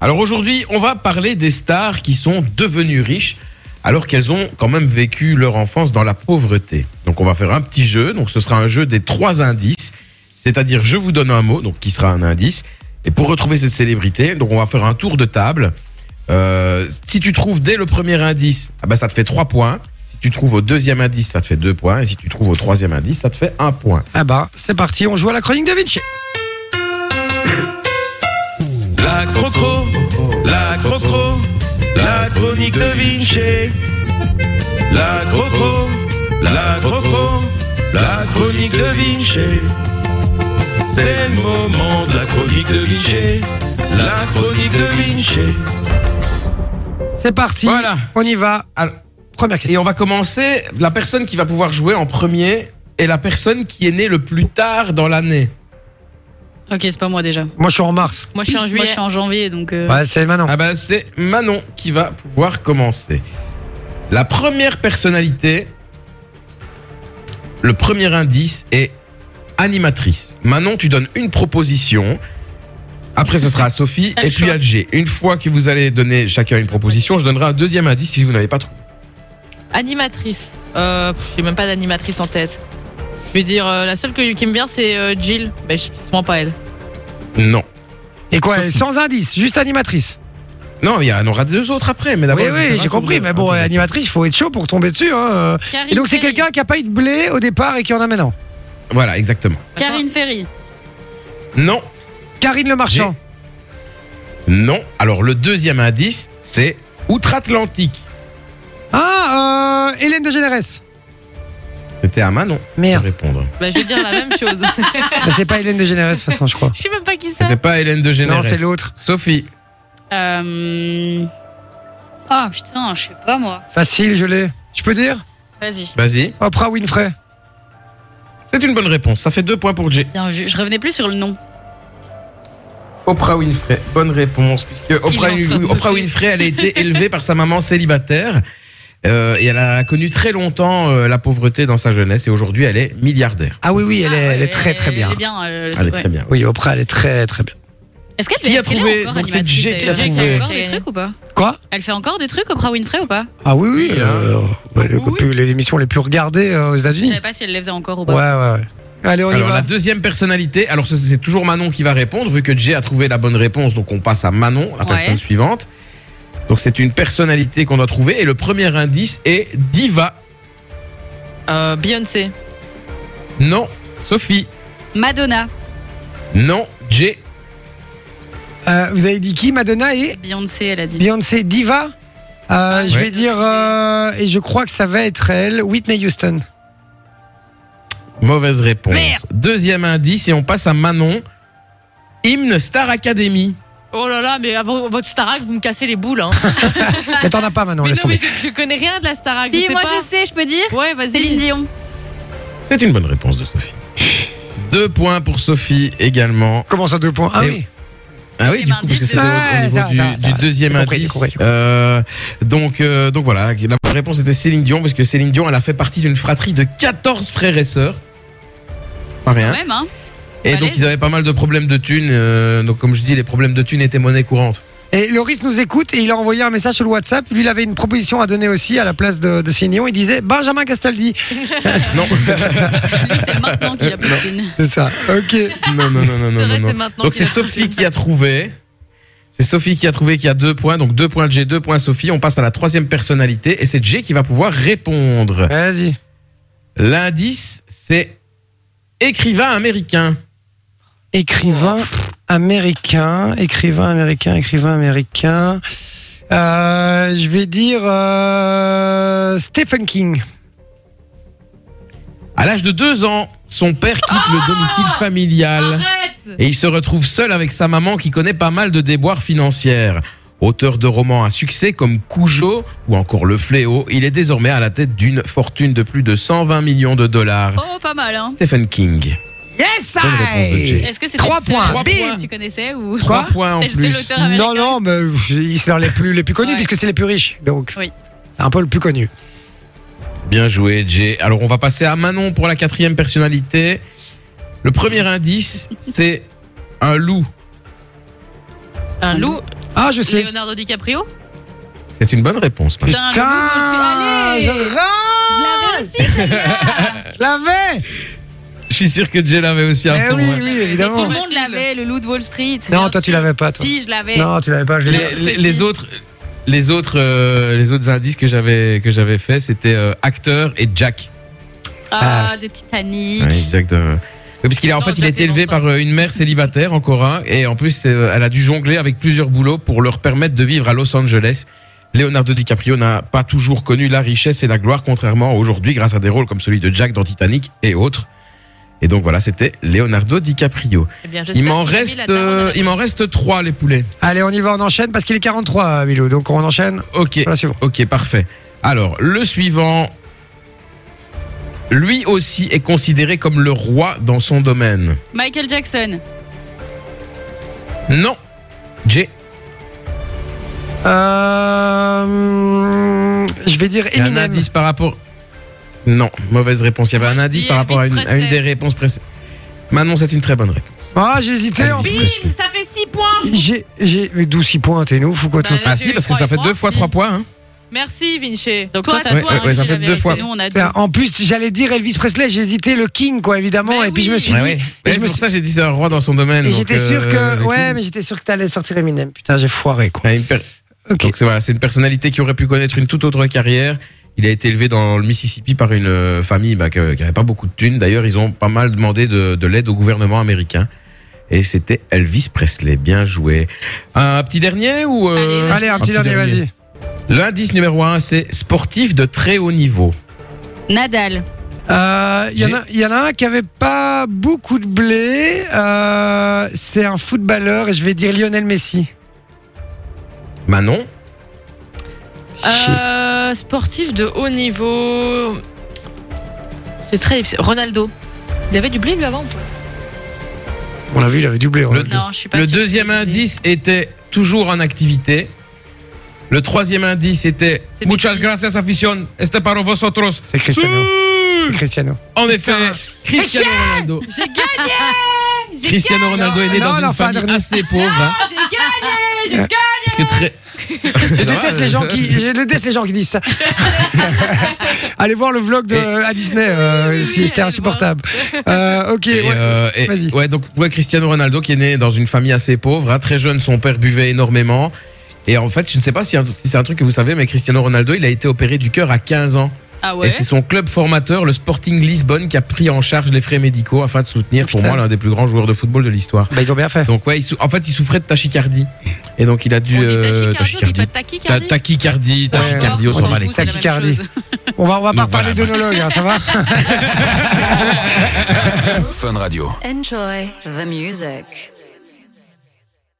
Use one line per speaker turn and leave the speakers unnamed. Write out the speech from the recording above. Alors aujourd'hui, on va parler des stars qui sont devenues riches alors qu'elles ont quand même vécu leur enfance dans la pauvreté. Donc on va faire un petit jeu, donc ce sera un jeu des trois indices, c'est-à-dire je vous donne un mot, donc qui sera un indice, et pour retrouver cette célébrité, donc on va faire un tour de table. Euh, si tu trouves dès le premier indice, ah ben ça te fait trois points. Si tu trouves au deuxième indice, ça te fait deux points. Et si tu trouves au troisième indice, ça te fait un point.
Ah bah, c'est parti, on joue à la chronique de Vinci.
La crocro, la crocro, la chronique de Vinci. La crocro, la crocro, la chronique de Vinci. C'est le moment de la chronique de Vinci. La chronique de Vinci.
C'est parti,
Voilà.
on y va.
Alors,
Première question.
Et on va commencer. La personne qui va pouvoir jouer en premier est la personne qui est née le plus tard dans l'année.
Ok, c'est pas moi déjà.
Moi, je suis en mars.
Moi, je suis en
Moi,
juillet.
je suis en janvier, donc. euh,
Ouais, c'est maintenant.
Ah ben, c'est Manon qui va pouvoir commencer. La première personnalité, le premier indice est animatrice. Manon, tu donnes une proposition. Après, ce sera à Sophie
Elle
et puis
choisit.
à Jay. Une fois que vous allez donner chacun une proposition, je donnerai un deuxième indice si vous n'avez pas trouvé.
Animatrice. Euh, pff, j'ai même pas d'animatrice en tête. Je vais dire, euh, la seule que- qui me vient, c'est euh, Jill. Mais je c'est sûrement pas elle.
Non.
Et quoi, sans indice, juste animatrice.
Non, il y en aura deux autres après. Mais d'abord, il y
oui,
en
oui,
aura
j'ai
pour
compris.
deux.
Mais bon, euh,
Un, deux, trois.
animatrice, il faut être chaud pour tomber dessus. hein, euh.
Karine
Et donc, c'est
Ferry.
quelqu'un qui a pas eu de blé au départ et qui en a maintenant.
Voilà, exactement.
Karine Ferry.
Non,
Karine Le Marchand.
non. Alors le deuxième indice, c'est outre-Atlantique.
Ah, euh, Hélène de Généresse.
C'était à Manon de
Merde.
répondre.
Bah, je vais dire la même chose.
Mais c'est pas Hélène de Généresse, de toute façon, je crois.
Je sais même pas qui c'est.
C'était pas Hélène de Généresse.
Non, c'est l'autre.
Sophie.
Euh... Ah putain, je sais pas moi.
Facile, je l'ai. Je peux dire
Vas-y.
Vas-y.
Oprah Winfrey.
C'est une bonne réponse. Ça fait deux points pour Jay.
Bien vu. Je revenais plus sur le nom.
Oprah Winfrey. Bonne réponse puisque Oprah,
est en train de
Oprah
noter.
Winfrey, elle a été élevée par sa maman célibataire. euh, et elle a connu très longtemps euh, la pauvreté dans sa jeunesse et aujourd'hui elle est milliardaire.
Ah oui, oui, elle,
Ah,
est,
ouais,
elle est très très bien.
Elle est bien. euh, le
Elle est
truc,
très
ouais.
bien.
Oui, Oprah, elle est très très bien.
Est-ce qu'elle
Qui a
est-ce qu'elle est
trouvé
encore
Donc, c'est
animatrice,
Jay qui l'a
euh,
E?
Jay qui
trouvé.
fait encore des trucs ou pas
Quoi
Elle fait encore des trucs Oprah Winfrey ou pas
Ah oui, oui. euh, bah, le-
Oui, oui.
plus- Les émissions les plus regardées euh, aux
Je
États-Unis.
savais pas si elle les faisait encore ou
Ouais, ouais,
pas.
ouais. Allez, on y
Alors
va.
la deuxième personnalité, alors ça, c'est toujours Manon qui va répondre, vu que Jay a trouvé la bonne réponse, donc on passe à Manon, la
Ouais.
personne suivante. Donc c'est une personnalité qu'on doit trouver, et le premier indice est Diva.
Euh, Beyoncé.
Non, Sophie.
Madonna,
Non, Jay.
Euh, vous avez dit qui Madonna et
Beyoncé, elle a dit.
Beyoncé Diva Euh, Je
Ouais.
vais dire, euh, et je crois que ça va être elle, Whitney Houston.
Mauvaise réponse.
Merde.
Deuxième indice, et on passe à Manon. Hymne Star Academy.
Oh là là, mais avant votre Starac, vous me cassez les boules. Hein.
Mais t'en as pas maintenant,
mais
laisse
non, mais
tomber.
je, je connais rien de la Starac. je
Si,
sais
moi
pas.
je sais, je peux dire.
Ouais, vas-y.
Céline Dion.
C'est une bonne réponse de Sophie. Deux points pour Sophie également.
Comment ça, deux points Ah
Et-
oui.
Ah oui,
Et
du
ben,
coup, parce que
dix-
c'était au-
Ouais,
au niveau
ça va,
du,
ça va, ça
du
va.
deuxième
J'ai compris,
indice.
j'ai compris, j'ai compris.
Euh, donc, euh, donc voilà, la bonne réponse était Céline Dion, parce que Céline Dion, elle a fait partie d'une fratrie de 14 frères et sœurs. Pas
Quand
rien.
même, hein.
Et donc,
balèze.
ils avaient pas mal de problèmes de thunes. euh, donc, comme je dis, les problèmes de thunes étaient monnaie courante.
Et Loris nous écoute et il a envoyé un message sur le WhatsApp. Lui, il avait une proposition à donner aussi à la place de, de Céline Dion. Il disait Benjamin Castaldi.
Non, c'est pas ça.
Lui, c'est maintenant qu'il a plus de thunes.
C'est ça. Ok.
Non, non, non, non, non,
C'est vrai,
non, non.
c'est maintenant.
Donc,
qu'il
c'est
a-
Sophie qui a trouvé. C'est Sophie qui a trouvé qui a deux points. Donc, deux points de G, deux points Sophie. On passe à la troisième personnalité. Et c'est G qui va pouvoir répondre.
Vas-y.
L'indice, c'est écrivain américain.
Écrivain américain. Écrivain américain. Écrivain américain. Euh, je vais dire euh, Stephen King.
À l'âge de deux ans, son père quitte le domicile familial
Ah Arrête
et il se retrouve seul avec sa maman qui connaît pas mal de déboires financières. Auteur de romans à succès comme Cujo ou encore Le Fléau, il est désormais à la tête d'une fortune de plus de 120 millions de dollars.
Oh, pas mal, hein.
Stephen King.
Yes,
Bonne réponse de Jay.
Est-ce que c'est
Trois points.
Trois points.
que tu connaissais ou
Trois points en
C'est le
plus.
seul auteur américain.
Non, non, mais ils sont les plus, les plus connus
Ouais.
puisque c'est les plus riches. Donc,
Oui.
c'est un peu le plus connu.
Bien joué, Jay. Alors, on va passer à Manon pour la quatrième personnalité. Le premier indice, c'est un loup.
Un loup.
Ah, je sais.
Leonardo DiCaprio
C'est une bonne réponse. Manon.
Putain, le
Putain, je
Google, je suis allé Je
rate,
l'avais aussi, celle-là
je l'avais.
Je suis sûr que Jay l'avait aussi
Eh
avant
oui,
moi.
oui,
Mais tout
évidemment.
le monde l'avait, le loup de Wall Street.
Non,
bien
toi, tu
sûr.
l'avais pas, toi.
Si, je l'avais.
Non, tu l'avais pas, je l'ai
Les,
dit.
les- les autres, les autres, euh, les autres indices que j'avais que j'avais fait, c'était euh, acteur et Jack.
Ah, de Titanic.
Ouais, Jack de- euh. Oui, parce qu'il a en
Non,
fait, il a
Jack
été
est
élevé
bon,
par euh, une mère célibataire, encore un, et en plus, euh, elle a dû jongler avec plusieurs boulots pour leur permettre de vivre à Los Angeles. Leonardo DiCaprio n'a pas toujours connu la richesse et la gloire, contrairement à aujourd'hui, grâce à des rôles comme celui de Jack dans Titanic et autres. Et donc voilà, c'était Leonardo DiCaprio.
Eh bien, j'espère
Il m'en
que Camille a
reste,
tellement de
euh, il m'en reste trois les poulets.
Allez, on y va, on enchaîne parce qu'il est 43, Milo. Donc on enchaîne.
Ok.
Voilà, suivant.
Ok, parfait. Alors, le suivant, lui aussi est considéré comme le roi dans son domaine.
Michael Jackson.
Non. Jay.
Euh, je vais dire
Il y a un
Eminem.
indice par rapport. Non, mauvaise réponse. Il y avait un indice
dis
par rapport à une,
Elvis
à une
Presley.
des réponses précédentes. Manon, c'est une très bonne réponse.
Ah, j'ai hésité.
Elvis
en-
Presley.
Ça fait 6 points
J'ai, j'ai, mais 12 6 points, t'es ouf ou quoi, toi
Bah,
Ah
Là,
si,
j'ai eu
parce que
trois
ça fait
et
deux
trois,
fois
si.
trois points. hein.
Merci Vinci. Donc
Toi,
toi,
t'as
t'as
ouais,
toi,
ouais, ouais, ça
Vinci,
fait
la
deux
vérité.
fois.
Nous, on a deux.
Putain, En plus, j'allais dire Elvis Presley, j'ai hésité le King, quoi, évidemment.
Mais
et puis je
oui.
me suis
Ouais,
dit.
ouais.
Et
Ouais,
je me
c'est pour
suis-
ça que j'ai dit c'est un roi dans son domaine. Bah
Et
donc,
j'étais sûr
euh,
que.
avec
Ouais,
lui.
mais j'étais sûr que t'allais sortir Eminem. Putain, j'ai foiré, quoi.
Ouais, une per-
Ok.
Donc c'est voilà, c'est une personnalité qui aurait pu connaître une toute autre carrière. Il a été élevé dans le Mississippi par une euh, famille bah, que- qui n'avait pas beaucoup de thunes. D'ailleurs, ils ont pas mal demandé de, de l'aide au gouvernement américain. Et c'était Elvis Presley. Bien joué. Un petit dernier ou euh,
Allez, un petit dernier, vas-y.
L'indice numéro un, c'est sportif de très haut niveau.
Nadal.
Euh, Il y en a- il y, en a un qui avait pas beaucoup de blé. euh, c'est un footballeur et je vais dire Lionel Messi.
Manon,
Euh, sportif de haut niveau. C'est très difficile. Ronaldo. Il avait du blé lui avant ou pas
On l'a vu, il avait du blé. Ronaldo.
Non, je suis pas
le
sûre.
deuxième indice était toujours en activité. Le troisième indice était
C'est
Muchas
Messi.
gracias afición. Este para vosotros.
C'est Cristiano.
Sur-
Cristiano.
En effet, Cristiano Ronaldo.
J'ai gagné
Cristiano Ronaldo est né
Non,
dans
non,
une
enfin,
famille
dernier.
assez pauvre. hein,
J'ai gagné J'ai gagné
parce que très...
Je déteste,
euh,
les gens qui, je déteste les gens qui disent ça. Allez voir le vlog de, à Disney, euh, si-
oui,
c'était
allez
insupportable. Euh, ok,
Et,
ouais.
euh, et-
Vas-y.
ouais, donc ouais, Cristiano Ronaldo qui est né dans une famille assez pauvre. hein, très jeune, son père buvait énormément. Et en fait, je ne sais pas si, si c'est un truc que vous savez, mais Cristiano Ronaldo, il a été opéré du cœur à 15 ans.
Ah ouais
Et c'est son club formateur, le Sporting Lisbonne, qui a pris en charge les frais médicaux afin de
Oh,
soutenir, pour
Putain.
moi, l'un des plus grands joueurs de football de l'histoire.
Bah, ils ont bien fait.
Donc ouais, il sou- en fait, il souffrait de tachycardie. Et donc, il a dû...
On dit
euh,
tachycardie, on dit pas tachycardie
Ta- Tachycardie,
Ouais,
tachycardie,
ouais,
autrement,
on dit
allez.
c'est la même Tachycardie. On va, on va pas
Non, voilà,
parler d'onologue, hein, ça va
Fun Radio.
Enjoy the music.